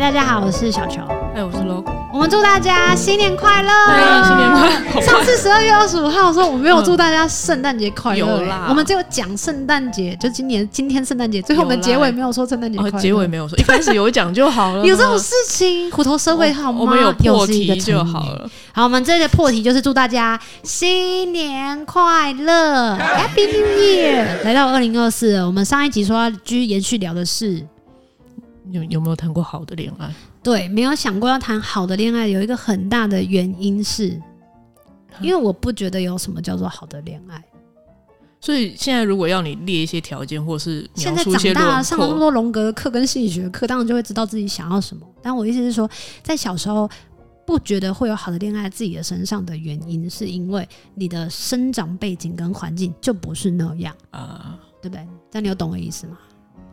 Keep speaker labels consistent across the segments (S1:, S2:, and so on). S1: 大家好，我是小球。
S2: 哎，我是
S1: 嗯
S2: logo，
S1: 我们祝大家新年快乐！
S2: 对，新年快乐！好 哦
S1: 上
S2: 快
S1: 次十二月二十五号的时候，我没有祝大家圣诞节快乐、
S2: 有
S1: 欸
S2: 啦
S1: 我们只有讲圣诞节，就今年今天圣诞节，最后我们结尾没有说圣诞节快乐、
S2: 哦，结尾没有说，一开始有讲就好 了。
S1: 有这种事情，虎头蛇尾好吗？
S2: 我们有破
S1: 又是一个
S2: 题就
S1: 成语
S2: 好。了。
S1: 好，我们这个破题就是祝大家新年快乐，Happy New Year！来到二零二四，我们上一集说要继续延续聊的是，
S2: 有有没有谈过好的恋爱？
S1: 对，没有想过要谈好的恋爱，有一个很大的原因是，
S2: 嗯
S1: 因为我不觉得有什么叫做好的恋爱。
S2: 所以现在如果要你列一些条件，或是
S1: 现在
S2: 描述一些
S1: 长大了，啊
S2: 轮
S1: 上了那么
S2: 廓，
S1: 多荣格课跟心理学课，当然就会知道自己想要什么。但我意思是说，在小时候不觉得会有好的恋爱在自己的身上的原因，是因为你的生长背景跟环境就不是那样，
S2: 啊，
S1: 对不对？但你有懂我意思吗？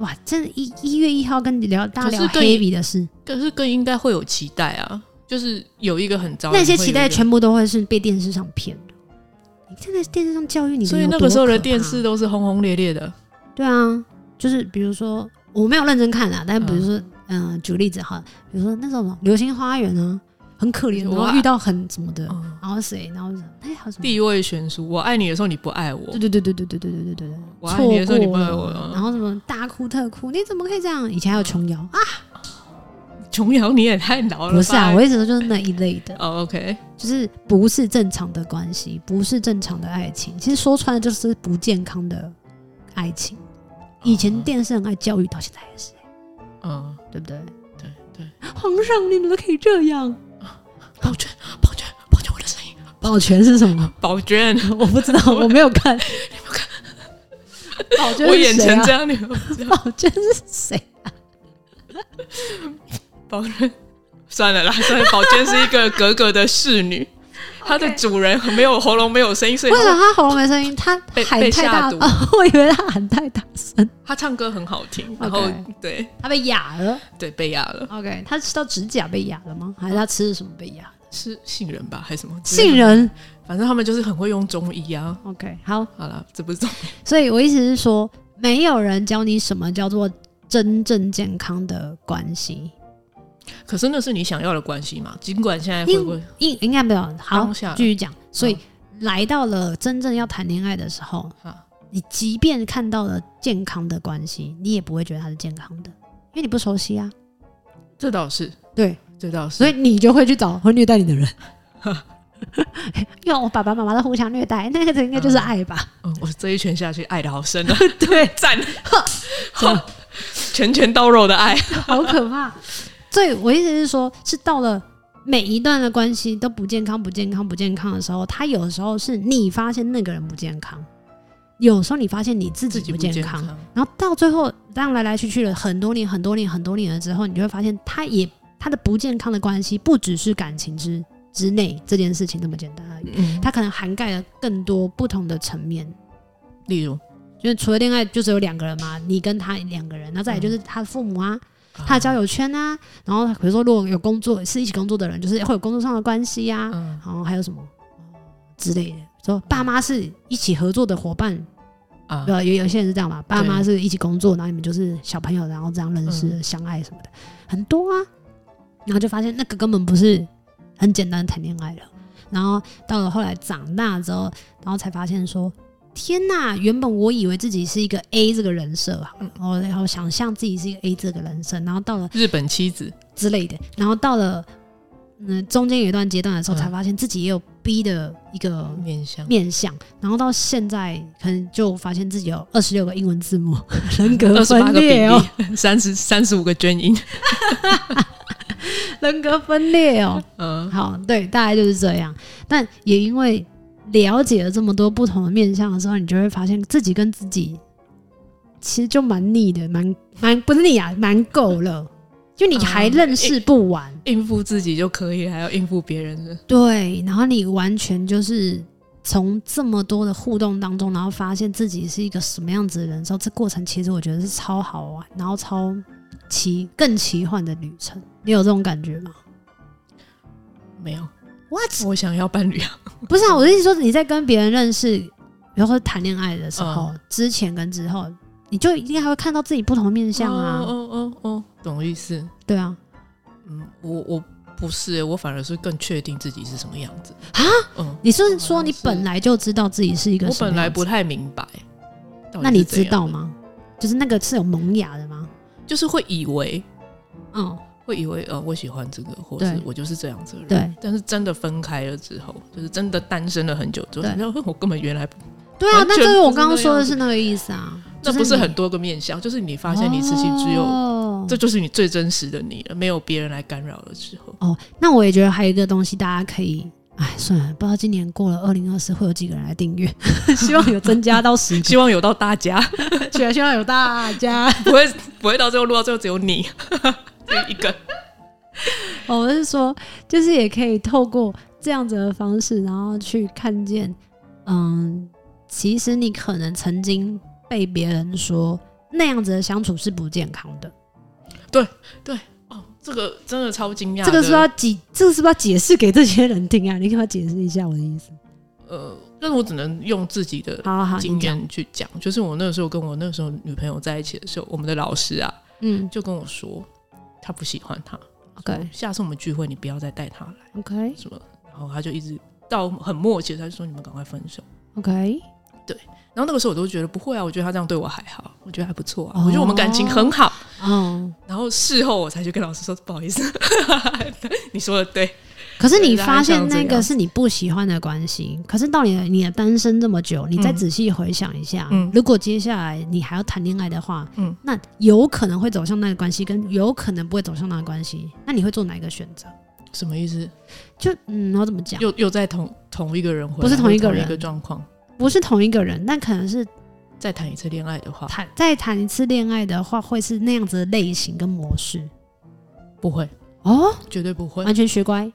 S1: 哇，真的一一月一号跟你聊大家
S2: 可
S1: 聊
S2: 是对
S1: heavy 的事，
S2: 但是更应该会有期待啊，就是有一个很糟的
S1: 那些
S2: 会有
S1: 期待
S2: 一个
S1: 全部都会是被电视上骗的。你站在电视上教育你，
S2: 所以那个时候的电视都是轰轰烈烈的，
S1: 对啊，就是比如说我没有认真看啊，但比如说，嗯、举例子哈，比如说那种《流星花园》啊，很可怜，然
S2: 我
S1: 后遇到很什么的，
S2: 嗯
S1: 然后谁，然后什么哎，还有什么？
S2: 地位悬殊。我爱你的时候你不爱我
S1: 对，对对对对对对对对对
S2: 我
S1: 对，
S2: 爱你的时
S1: 错
S2: 候你
S1: 过
S2: 不爱
S1: 了，
S2: 我啊
S1: 然后什么大哭特哭，你怎么可以这样？以前还有琼瑶啊，
S2: 琼瑶你也太老了吧。
S1: 不是啊，我一直说就是那一类的，
S2: 哦，OK，
S1: 就是不是正常的关系，不是正常的爱情，其实说穿了就是不健康的爱情。
S2: 啊
S1: 以前电视很爱教育，到现在也是，
S2: 嗯，
S1: 对不对？
S2: 对对。
S1: 皇上，你怎么可以这样？
S2: 宝娟，宝娟，宝娟，我的声音，
S1: 保全是什啊么？
S2: 宝娟，
S1: 我不知 道，我没有看。保全
S2: 我
S1: 是
S2: 演
S1: 谁
S2: 成
S1: 啊
S2: 这？样，你们不知道
S1: 保全是谁？
S2: 宝娟。算了啦，算了，宝娟是一个格格的侍女，她的主人没有喉咙没有声音，所以
S1: 为什
S2: 她
S1: 么他喉咙没声音？他
S2: 被
S1: 喊
S2: 被
S1: 太大
S2: 下毒
S1: 啊！ 我以为他喊太大声，
S2: 她唱歌很好听，然后
S1: OK
S2: 对
S1: 他被哑了。
S2: 对被压了，
S1: OK，他吃到指甲被哑了吗？还是他吃了什么被哑？
S2: 是杏仁吧还是什么？
S1: 杏，仁。
S2: 反正他们就是很会用中医啊。
S1: OK，好。
S2: 好了，这 不是重
S1: 所以我意思是说，没有人教你什么叫做真正健康的关系。
S2: 可是那是你想要的关系嘛？尽管现在回归
S1: 应应应该没有。好
S2: 当，下
S1: 继续讲。所以来到了真正要谈恋爱的时候，
S2: 啊，
S1: 你即便看到了健康的关系，你也不会觉得它是健康的，因为你不熟悉啊。
S2: 这倒是，
S1: 对，
S2: 这倒是。
S1: 所以你就会去找会虐待你的人。 因为我爸爸妈妈都互相虐待，那个应该就是爱吧？
S2: 嗯，我这一拳下去，爱的好深啊！
S1: 对，
S2: 赞，呵 拳拳到肉的爱。
S1: 好可怕。所以我意思是说，是到了每一段的关系都不健康、不健康、不健康的时候，他有时候是你发现那个人不健康，有时候你发现你自己不健康，然后到最后，这样来来去去了很多年、很多年、很多年了之后，你就会发现，他也他的不健康的关系，不只是感情之之内这件事情这么简单而已，
S2: 嗯，
S1: 它可能涵盖了更多不同的层面。
S2: 例如
S1: 就是除了恋爱，就只有两个人嘛，你跟他两个人，那再来就是他的父母啊，他的交友圈啊，然后比如说如果有工作是一起工作的人，就是会有工作上的关系呀、啊，
S2: 嗯
S1: 然后还有什么呃之类的，说爸妈是一起合作的伙伴，
S2: 啊
S1: 对，吧？也有些人是这样嘛，爸妈
S2: 对
S1: 是一起工作，然后你们就是小朋友，然后这样认识、
S2: 嗯
S1: 相爱什么的，很多啊。然后就发现那个根本不是很简单的谈恋爱了。然后到了后来长大之后，然后才发现说，天呐，原本我以为自己是一个 A 这个人设啊，
S2: 嗯
S1: 我然后想象自己是一个 A 这个人设，然后到了
S2: 日本妻子
S1: 之类的，然后到了嗯中间有一段阶段的时候，
S2: 嗯
S1: 才发现自己也有 B 的一个
S2: 面相，
S1: 面相，然后到现在可能就发现自己有二十六个英文字母， 人格
S2: 二十八
S1: 分
S2: 个比
S1: 裂哦，
S2: 例， 三十三十五个捐音。
S1: 人格分裂哦。
S2: 嗯
S1: 好，对，大概就是这样。但也因为了解了这么多不同的面相的时候，你就会发现自己跟自己其实就蛮腻的，蛮蛮不是腻啊，蛮够了，就你还
S2: 嗯
S1: 认识不完。
S2: 应付自己就可以，还要应付别人的。
S1: 对，然后你完全就是从这么多的互动当中，然后发现自己是一个什么样子的人之后，这过程其实我觉得是超好玩，然后超奇更奇幻的旅程。你有这种感觉吗
S2: 没有，
S1: ？What？
S2: 我想要伴侣啊。
S1: 不是啊，我的意思说你在跟别人认识，比如说谈恋爱的时候，
S2: 嗯
S1: 之前跟之后，
S2: 哦
S1: 你就应该还会看到自己不同的面相啊。
S2: 哦哦哦，懂意思。
S1: 对啊，
S2: 嗯，我我不是、我反而是更确定自己是什么样子
S1: 啊。
S2: 嗯，
S1: 你是说你本来就知道自己是一个
S2: 我
S1: 什么
S2: 本来
S1: 样
S2: 不
S1: 子？
S2: 太明白。到底
S1: 那你
S2: 是怎
S1: 知
S2: 样
S1: 道吗？就是那个是有萌芽的吗？
S2: 就是会以为
S1: 嗯，
S2: 会以为呃，我喜欢这个，或是
S1: 对
S2: 我就是这样子的人。
S1: 对
S2: 但是真的分开了之后，就是真的单身了很久之后，
S1: 对
S2: 你知道哼我根本原来不
S1: 对啊，
S2: 完全
S1: 那就是我
S2: 不是
S1: 刚刚
S2: 那
S1: 说的
S2: 样子
S1: 是那个意思啊。
S2: 那
S1: 就
S2: 不是
S1: 你
S2: 很多个面相，就是你发现你自己只有、
S1: 哦
S2: 这就是你最真实的你了，没有别人来干扰了之后，
S1: 哦，那我也觉得还有一个东西，大家可以，哎，算了，不知道今年过了二零二四会有几个人来订阅， 希望有增加到十
S2: 希望有到大家，
S1: 个，希望有大家。
S2: 不会不会到最后录到最后只有你只有一个。
S1: 我们是说，就是也可以透过这样子的方式，然后去看见，嗯，其实你可能曾经被别人说那样子的相处是不健康的，
S2: 哦，这个真的超惊讶的。
S1: 这个是不是要解，这个是不是要解释给这些人听啊？你可不可以解释一下我的意思？
S2: 呃，但我只能用自己的
S1: 好好好，
S2: 经
S1: 你讲，
S2: 验去讲，就是我那个时候跟我那个时候女朋友在一起的时候，我们的老师啊
S1: 嗯
S2: 就跟我说，他不喜欢她，
S1: ，OK
S2: 下次我们聚会你不要再带她来
S1: OK
S2: 什么，然后他就一直到很默契，他就说你们赶快分手。
S1: OK，
S2: 然后那个时候我都觉得不会啊，我觉得他这样对我还好，我觉得还不错啊，
S1: 哦
S2: 我觉得我们感情很好。
S1: 嗯。
S2: 然后事后我才去跟老师说，不好意思，你说的对，
S1: 可是你发现那个是你不喜欢的关系，可是到你的你的单身这么久，你再仔细回想一下，
S2: 嗯
S1: 如果接下来你还要谈恋爱的话，
S2: 嗯
S1: 那有可能会走向那个关系，跟有可能不会走向那个关系，那你会做哪一个选择？
S2: 什么意思？
S1: 就嗯，我怎么讲？
S2: 又又在同同一个人回来，
S1: 不是同一个
S2: 或
S1: 人
S2: 一个状况，
S1: 不是同一个人，但可能是
S2: 再谈一次恋爱的话，
S1: 谈再谈一次恋爱的话，会是那样子的类型跟模式
S2: 不会，
S1: 哦，
S2: 绝对不会。
S1: 完全学乖，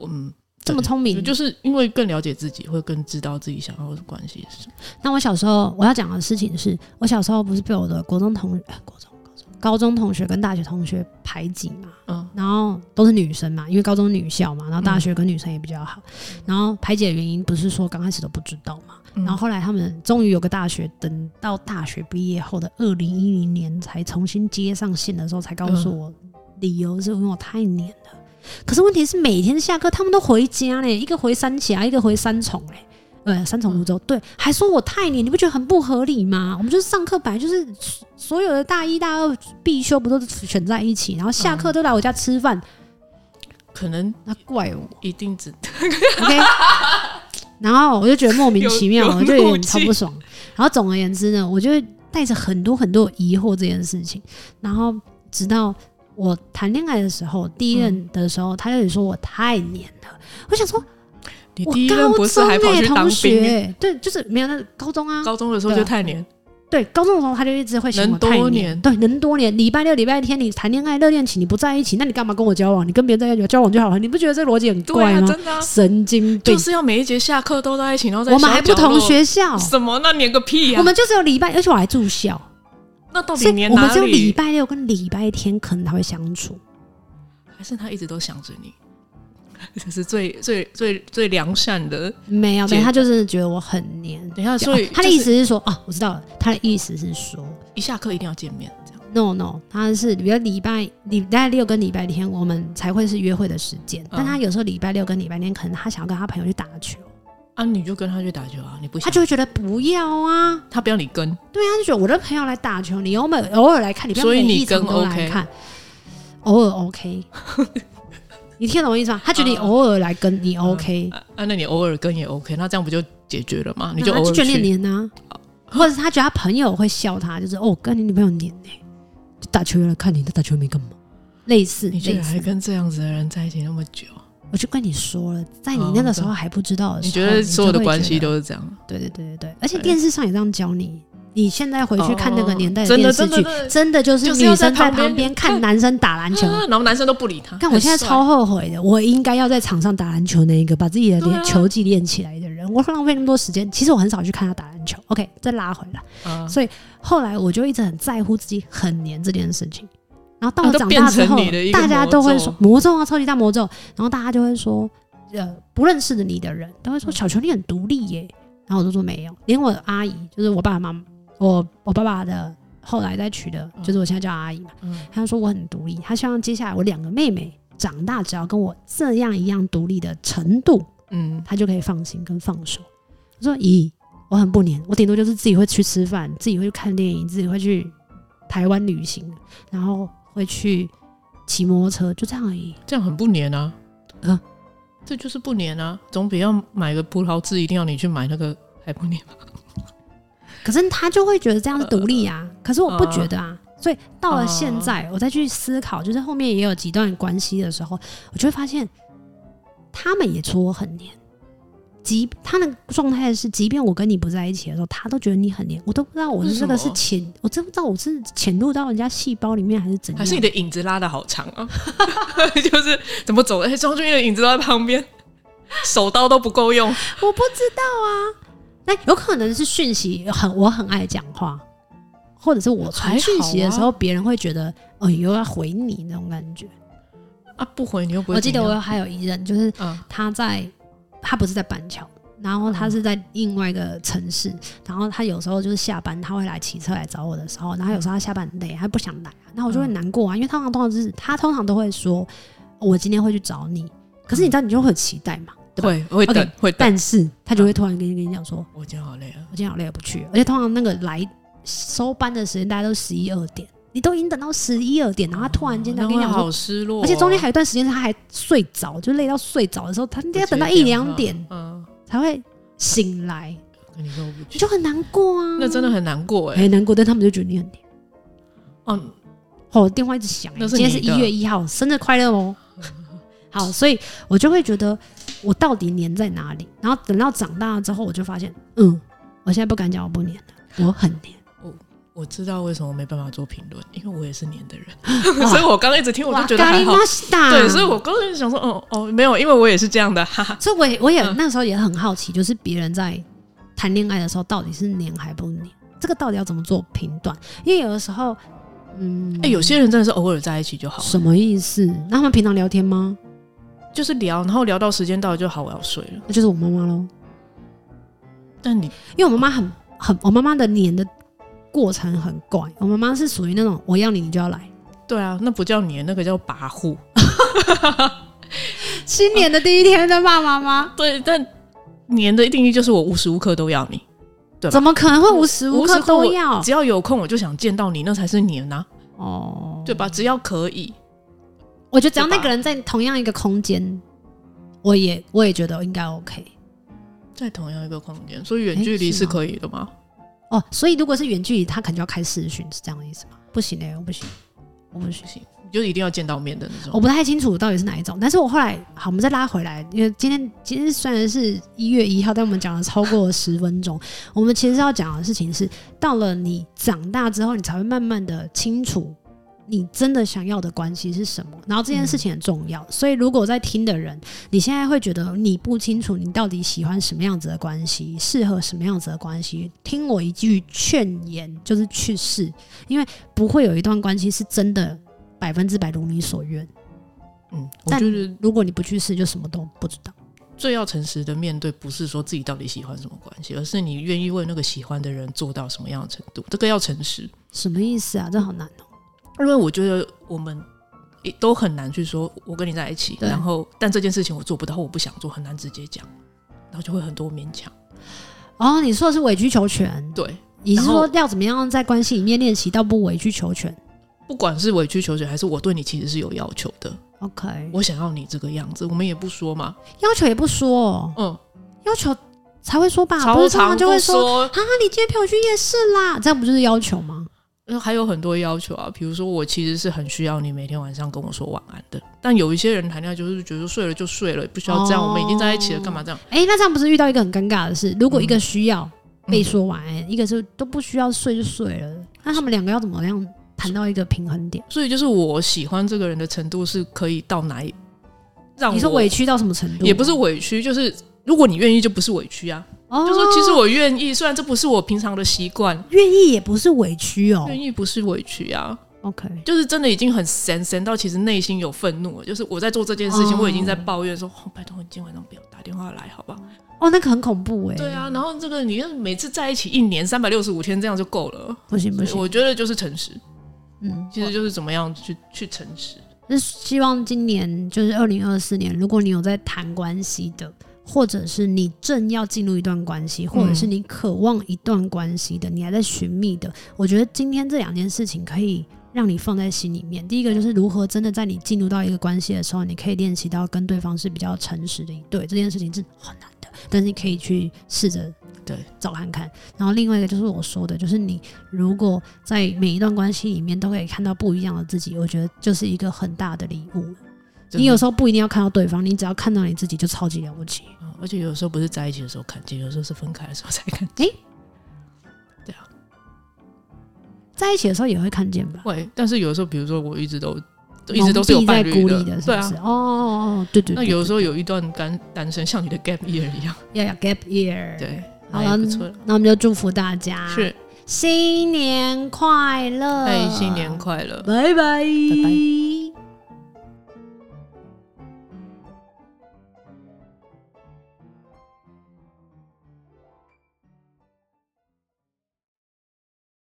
S2: 嗯，
S1: 这么聪明。
S2: 就是因为更了解自己，会更知道自己想要的关系是什么。
S1: 那我小时候我要讲的事情是，我小时候不是被我的国中同呃国中高中高中同学跟大学同学排挤嘛，
S2: 嗯，
S1: 然后都是女生嘛，因为高中女校嘛，然后大学跟女生也比较好，然后排挤的原因不是说刚开始都不知道嘛，
S2: 嗯
S1: 然后后来他们终于有个大学，等到大学毕业后的二零一零年才重新接上线的时候，才告诉我理由是因为我太黏了。可是问题是每天下课他们都回家嘞，一个回三峡，一个回三重嘞。呃，三重泸州对，还说我太黏，你不觉得很不合理吗？我们就是上课本来就是所有的大一、大二必修不都是选在一起，然后下课都来我家吃饭，
S2: 可能
S1: 那怪我。
S2: 一定只
S1: OK，然后我就觉得莫名其妙，
S2: 有有
S1: 我就有
S2: 怒
S1: 点
S2: 气
S1: 超不爽。然后总而言之呢，我就带着很多很多疑惑这件事情。然后直到我谈恋爱的时候，第一
S2: 嗯
S1: 任的时候，他就说我太黏了。我想说，
S2: 你
S1: 我
S2: 第一任
S1: 高
S2: 不是
S1: 中
S2: 还跑
S1: 欸
S2: 去当
S1: 同
S2: 兵？
S1: 学，对，就是没有那高中啊，
S2: 高中的时候就太黏，
S1: 对，高中的时候他就一直会嫌我
S2: 能多
S1: 太黏，
S2: 黏
S1: 对，能多年，礼拜六、礼拜天你谈恋爱热恋期你不在一起，那你干嘛跟我交往？你跟别人在一起交往就好了，你不觉得这逻辑很
S2: 对
S1: 怪
S2: 啊，
S1: 吗？
S2: 真的啊、
S1: 神经病！
S2: 就是要每一节下课都在一起，然后在
S1: 我们
S2: 小
S1: 还不
S2: 角
S1: 同
S2: 落
S1: 学校，
S2: 什么？那黏个屁呀、
S1: 我们就只有礼拜，而且我还住校，
S2: 那到
S1: 所
S2: 底
S1: 以
S2: 黏
S1: 我们
S2: 哪
S1: 只有礼
S2: 里？
S1: 拜六跟礼拜天可能还会相处。
S2: 还是他一直都想着你？这是最最最最良善的。
S1: 没有，没
S2: 见
S1: 有，
S2: 到
S1: 他就是觉得我很黏。
S2: 等一下，所以
S1: 他的
S2: 就是
S1: 意思是说，哦，我知道了，他的意思是说
S2: 一下课一定要见面，这样。
S1: ，no no，他是比如礼拜礼拜六跟礼拜天我们才会是约会的时间，但他有时候礼拜六跟礼拜天可能他想要跟他朋友去打球，
S2: 啊，你就跟他去打球啊，你不想
S1: 他就会觉得不要啊，
S2: 他不要你跟，
S1: 对啊，他就觉得我的朋友来打球，你偶尔偶尔来看，你不要
S2: 所以
S1: 每
S2: 你
S1: 一场
S2: 跟
S1: 都来
S2: OK
S1: 看，偶尔 OK，你听得懂我意思吗？他觉得你偶尔来跟你 OK，、
S2: 啊，啊那你偶尔跟也 OK，那这样不就解决了吗？你就
S1: 那
S2: 偶
S1: 他
S2: 尔
S1: 就觉得你很
S2: 去。
S1: 黏啊，或者是他觉得他朋友会笑他，就是哦，跟你女朋友黏呢、就打球来看你，他打球没干嘛，类似
S2: 你居
S1: 类
S2: 然还
S1: 似。
S2: 跟这样子的人在一起那么久，
S1: 我就跟你说了，在你那个时候还不知道的时
S2: 哦你
S1: 候，
S2: 觉得所有的
S1: 你就会
S2: 关系
S1: 觉得
S2: 都是这样？
S1: 对对对对对，而且电视上也这样教你。你现在回去看那个年代
S2: 哦真的
S1: 电视剧
S2: 真的真，的
S1: 真的就是
S2: 就是
S1: 女
S2: 要在
S1: 生在
S2: 旁边
S1: 旁边
S2: 看
S1: 看男生打篮球。
S2: 啊，然后男生都不理他。
S1: 看我现在
S2: 很帅
S1: 超后悔的，我应该要在场上打篮球那一个，把自己的
S2: 对
S1: 练
S2: 啊
S1: 球技练起来的人，我浪费那么多时间。其实我很少去看他打篮球。OK，再拉回来。
S2: 啊
S1: 所以后来我就一直很在乎自己很黏这件事情。然后到
S2: 啊
S1: 了
S2: 都
S1: 长
S2: 变
S1: 大之
S2: 成
S1: 后
S2: 你的一，个
S1: 大家
S2: 魔
S1: 都会
S2: 咒
S1: 说魔咒啊，超级大魔咒。然后大家就会说，呃，不认识的你的人都会说
S2: 嗯
S1: 小球你很独立耶。然后我就说没有，连我的阿姨，就是我爸爸妈妈，我我爸爸的后来再娶的，就是我现在叫阿姨嘛。
S2: 嗯
S1: 他就说我很独立，他希望接下来我两个妹妹长大只要跟我这样一样独立的程度，
S2: 嗯，
S1: 他就可以放心跟放手。我说咦，我很不黏，我顶多就是自己会去吃饭，自己会去看电影，自己会去台湾旅行，然后会去骑摩托车，就这样而已。
S2: 这样很不黏啊，
S1: 啊，
S2: 这就是不黏啊，总比要买个葡萄汁一定要你去买那个还不黏吧。
S1: 可是他就会觉得这样是独立
S2: 呃
S1: 啊，可是我不觉得
S2: 嗯
S1: 啊。所以到了现在，我再去思考，就是后面也有几段关系的时候，我就会发现他们也说我很黏。即他的状态是，即便我跟你不在一起的时候，他都觉得你很黏，我都不知道我是这个
S2: 为什
S1: 是
S2: 么
S1: 潜，我真不知道我是潜入到人家细胞里面还是怎样。
S2: 还是你的影子拉的好长啊， 就是怎么走的？哎、庄俊逸的影子都在旁边，手刀都不够用。
S1: 我不知道啊。那有可能是讯息很，我很爱讲话，或者是我传讯息的时
S2: 还
S1: 候，
S2: 好
S1: 别人会觉得哦，又要回你那种感觉。
S2: 啊，不回你又不会
S1: 我记
S2: 怎
S1: 得
S2: 样。
S1: 我还有一任，就是
S2: 嗯
S1: 他在他不是在板桥，然后他是在另外一个城市，然后他有时候就是下班他会来骑车来找我的时候，然后有时候他下班很累，他不想来、啊，然后我就会难过啊，因为他通常通常就是他通常都会说我今天会去找你，可是你知道你就会有期待嘛，对吧？
S2: 会会等
S1: OK，
S2: 会等。
S1: 但是他就会突然跟你跟你讲说，
S2: 我今天好累啊，
S1: 我今天好累，我不去。而且通常那个来收班的时间大概都十一二点，你都已经等到十一二点，然后他突然间
S2: 那
S1: 他跟你
S2: 会
S1: 讲说
S2: 好失落哦、
S1: 而且中间还有一段时间，他还睡着，就累到睡着的时候，他要等到一两点
S2: 嗯，
S1: 才会醒来，
S2: 跟你说我不
S1: 你
S2: 去，
S1: 就很难过啊。
S2: 那真的很难过哎、
S1: 很难过，但他们就觉得你很甜。
S2: 嗯，
S1: 哦，电话一直响、欸，
S2: 那是
S1: 今天是
S2: 你的
S1: 一月一号，生日快乐 哦。好，所以我就会觉得我到底黏在哪里？然后等到长大了之后，我就发现，嗯，我现在不敢讲我不黏了，我很黏。
S2: 我知道为什么没办法做评论，因为我也是黏的人，
S1: 哇
S2: 所以我刚刚一直听我就觉得还好
S1: 哇。咖喱玛西达
S2: 对，所以我刚刚就想说，哦哦，没有，因为我也是这样的，哈哈。
S1: 所以我也我也、
S2: 嗯
S1: 那时候也很好奇，就是别人在谈恋爱的时候到底是黏还不黏，这个到底要怎么做评断？因为有的时候，嗯，
S2: 哎、有些人真的是偶尔在一起就好了，
S1: 什么意思？那他们平常聊天吗？
S2: 就是聊，然后聊到时间到了就好，我要睡了。
S1: 那就是我妈妈喽，
S2: 但你
S1: 因为我妈妈很很，我妈妈的黏的过程很怪，我妈妈是属于那种我要你你就要来，
S2: 对啊，那不叫黏，那个叫跋扈。
S1: 新年的第一天在骂妈妈，
S2: 对，但黏的定义就是我无时无刻都要你，对吧
S1: 怎么可能会无时无
S2: 无时
S1: 刻
S2: 无刻
S1: 都
S2: 我
S1: 要？
S2: 只要有空我就想见到你，那才是黏啊，
S1: 哦，
S2: 对吧？只要可以，
S1: 我觉得只要那
S2: 对吧
S1: 个人在同样一个空间，我也我也觉得应该 OK。
S2: 在同样一个空间，所以远
S1: 哎
S2: 距离
S1: 是
S2: 是
S1: 吗
S2: 可以的吗？
S1: 哦，所以如果是远距离，他可能就要开视讯，是这样的意思吗？不行嘞、欸我不行，我不行
S2: 不，行，你就一定要见到面的那
S1: 我
S2: 种。
S1: 不太清楚到底是哪一种。但是我后来，好，我们再拉回来，因为今天今天虽然是一月一号，但我们讲了超过十分钟。我们其实要讲的事情是，到了你长大之后，你才会慢慢的清楚。你真的想要的关系是什么？然后这件事情很重要，所以如果在听的人，你现在会觉得你不清楚你到底喜欢什么样子的关系，适合什么样子的关系，听我一句劝言，就是去试，因为不会有一段关系是真的百分之百如你所愿。
S2: 嗯，我
S1: 但
S2: 觉得
S1: 如果你不去试，就什么都不知道。
S2: 最要诚实的面对，不是说自己到底喜欢什么关系，而是你愿意为那个喜欢的人做到什么样的程度，这个要诚实。
S1: 什么意思啊？这好难哦、
S2: 因为我觉得我们也都很难去说，我跟你在一起，
S1: 对
S2: 然后但这件事情我做不到，我不想做，很难直接讲，然后就会很多勉强。
S1: 哦，你说的是委曲求全，
S2: 对，
S1: 你是
S2: 然后
S1: 说要怎么样在关系里面练习到不委曲求全
S2: 不管是委曲求全，还是我对你其实是有要求的，
S1: ？OK，
S2: 我想要你这个样子，我们也不说嘛，
S1: 要求也不说哦、
S2: 嗯，
S1: 要求才会说吧，啊不
S2: 超
S1: 是通
S2: 常
S1: 常就
S2: 不
S1: 会说
S2: 说，
S1: 啊，你今天陪我去夜市啦，这样不就是要求吗？
S2: 呃还有很多要求啊，比如说我其实是很需要你每天晚上跟我说晚安的，但有一些人谈恋爱就是觉得睡了就睡了，不需要这样，
S1: 哦
S2: 我们已经在一起了，干嘛这样？
S1: 哎、那这样不是遇到一个很尴尬的事？如果一个需要
S2: 嗯
S1: 被说晚安，一个是都不需要睡就睡了，那他们两个要怎么样谈到一个平衡点？
S2: 所以就是我喜欢这个人的程度是可以到哪一，让
S1: 你说
S2: 我
S1: 委屈到什么程度？
S2: 也不是委屈，就是如果你愿意，就不是委屈啊。
S1: 哦，
S2: 就说其实我愿意，虽然这不是我平常的习惯，
S1: 愿意也不是委屈哦。
S2: 愿意不是委屈啊，
S1: OK，
S2: 就是真的已经很神神到，其实内心有愤怒了，就是我在做这件事情，
S1: 哦
S2: 我已经在抱怨说，哦，拜托你今天晚上不要打电话来，好吧？
S1: 哦，那个很恐怖哎、
S2: 对啊，然后这个你每次在一起一年三百六十五天这样就够了，
S1: 不行不行，
S2: 我觉得就是诚实，
S1: 嗯，
S2: 其实就是怎么样去去诚实，
S1: 是希望今年就是二零二四年，如果你有在谈关系的，或者是你正要进入一段关系，或
S2: 嗯
S1: 者是你渴望一段关系的，你还在寻觅的，我觉得今天这两件事情可以让你放在心里面。第一个就是如何真的在你进入到一个关系的时候，你可以练习到跟对方是比较诚实的一对，这件事情是很难的，但是你可以去试着
S2: 对
S1: 找看看。然后另外一个就是我说的，就是你如果在每一段关系里面都可以看到不一样的自己，我觉得就是一个很大的礼物。你有时候不一定要看到对方，你只要看到你自己就超级了不起。
S2: 候，嗯而且有时候不是在一起的时候看见，有时候是分开的时候才看见。
S1: 在一起的时候也会看见吧？
S2: 会，但是有时候，比如说我一直都一直都是有
S1: 蒙蔽
S2: 伴
S1: 在
S2: 侣
S1: 鼓里的，是
S2: 对
S1: 不
S2: 啊
S1: 是？。哦哦哦，对对
S2: 那
S1: 对，
S2: 有时候有一段单单身，像你的 gap year 一样，
S1: 要要 gap year。，
S2: 对，
S1: 好
S2: 那也
S1: 了
S2: 不错了，，
S1: 那我们就祝福大家
S2: 是，
S1: 新年快乐，
S2: 哎，新年快乐。
S1: 拜拜，
S2: 拜
S1: 拜。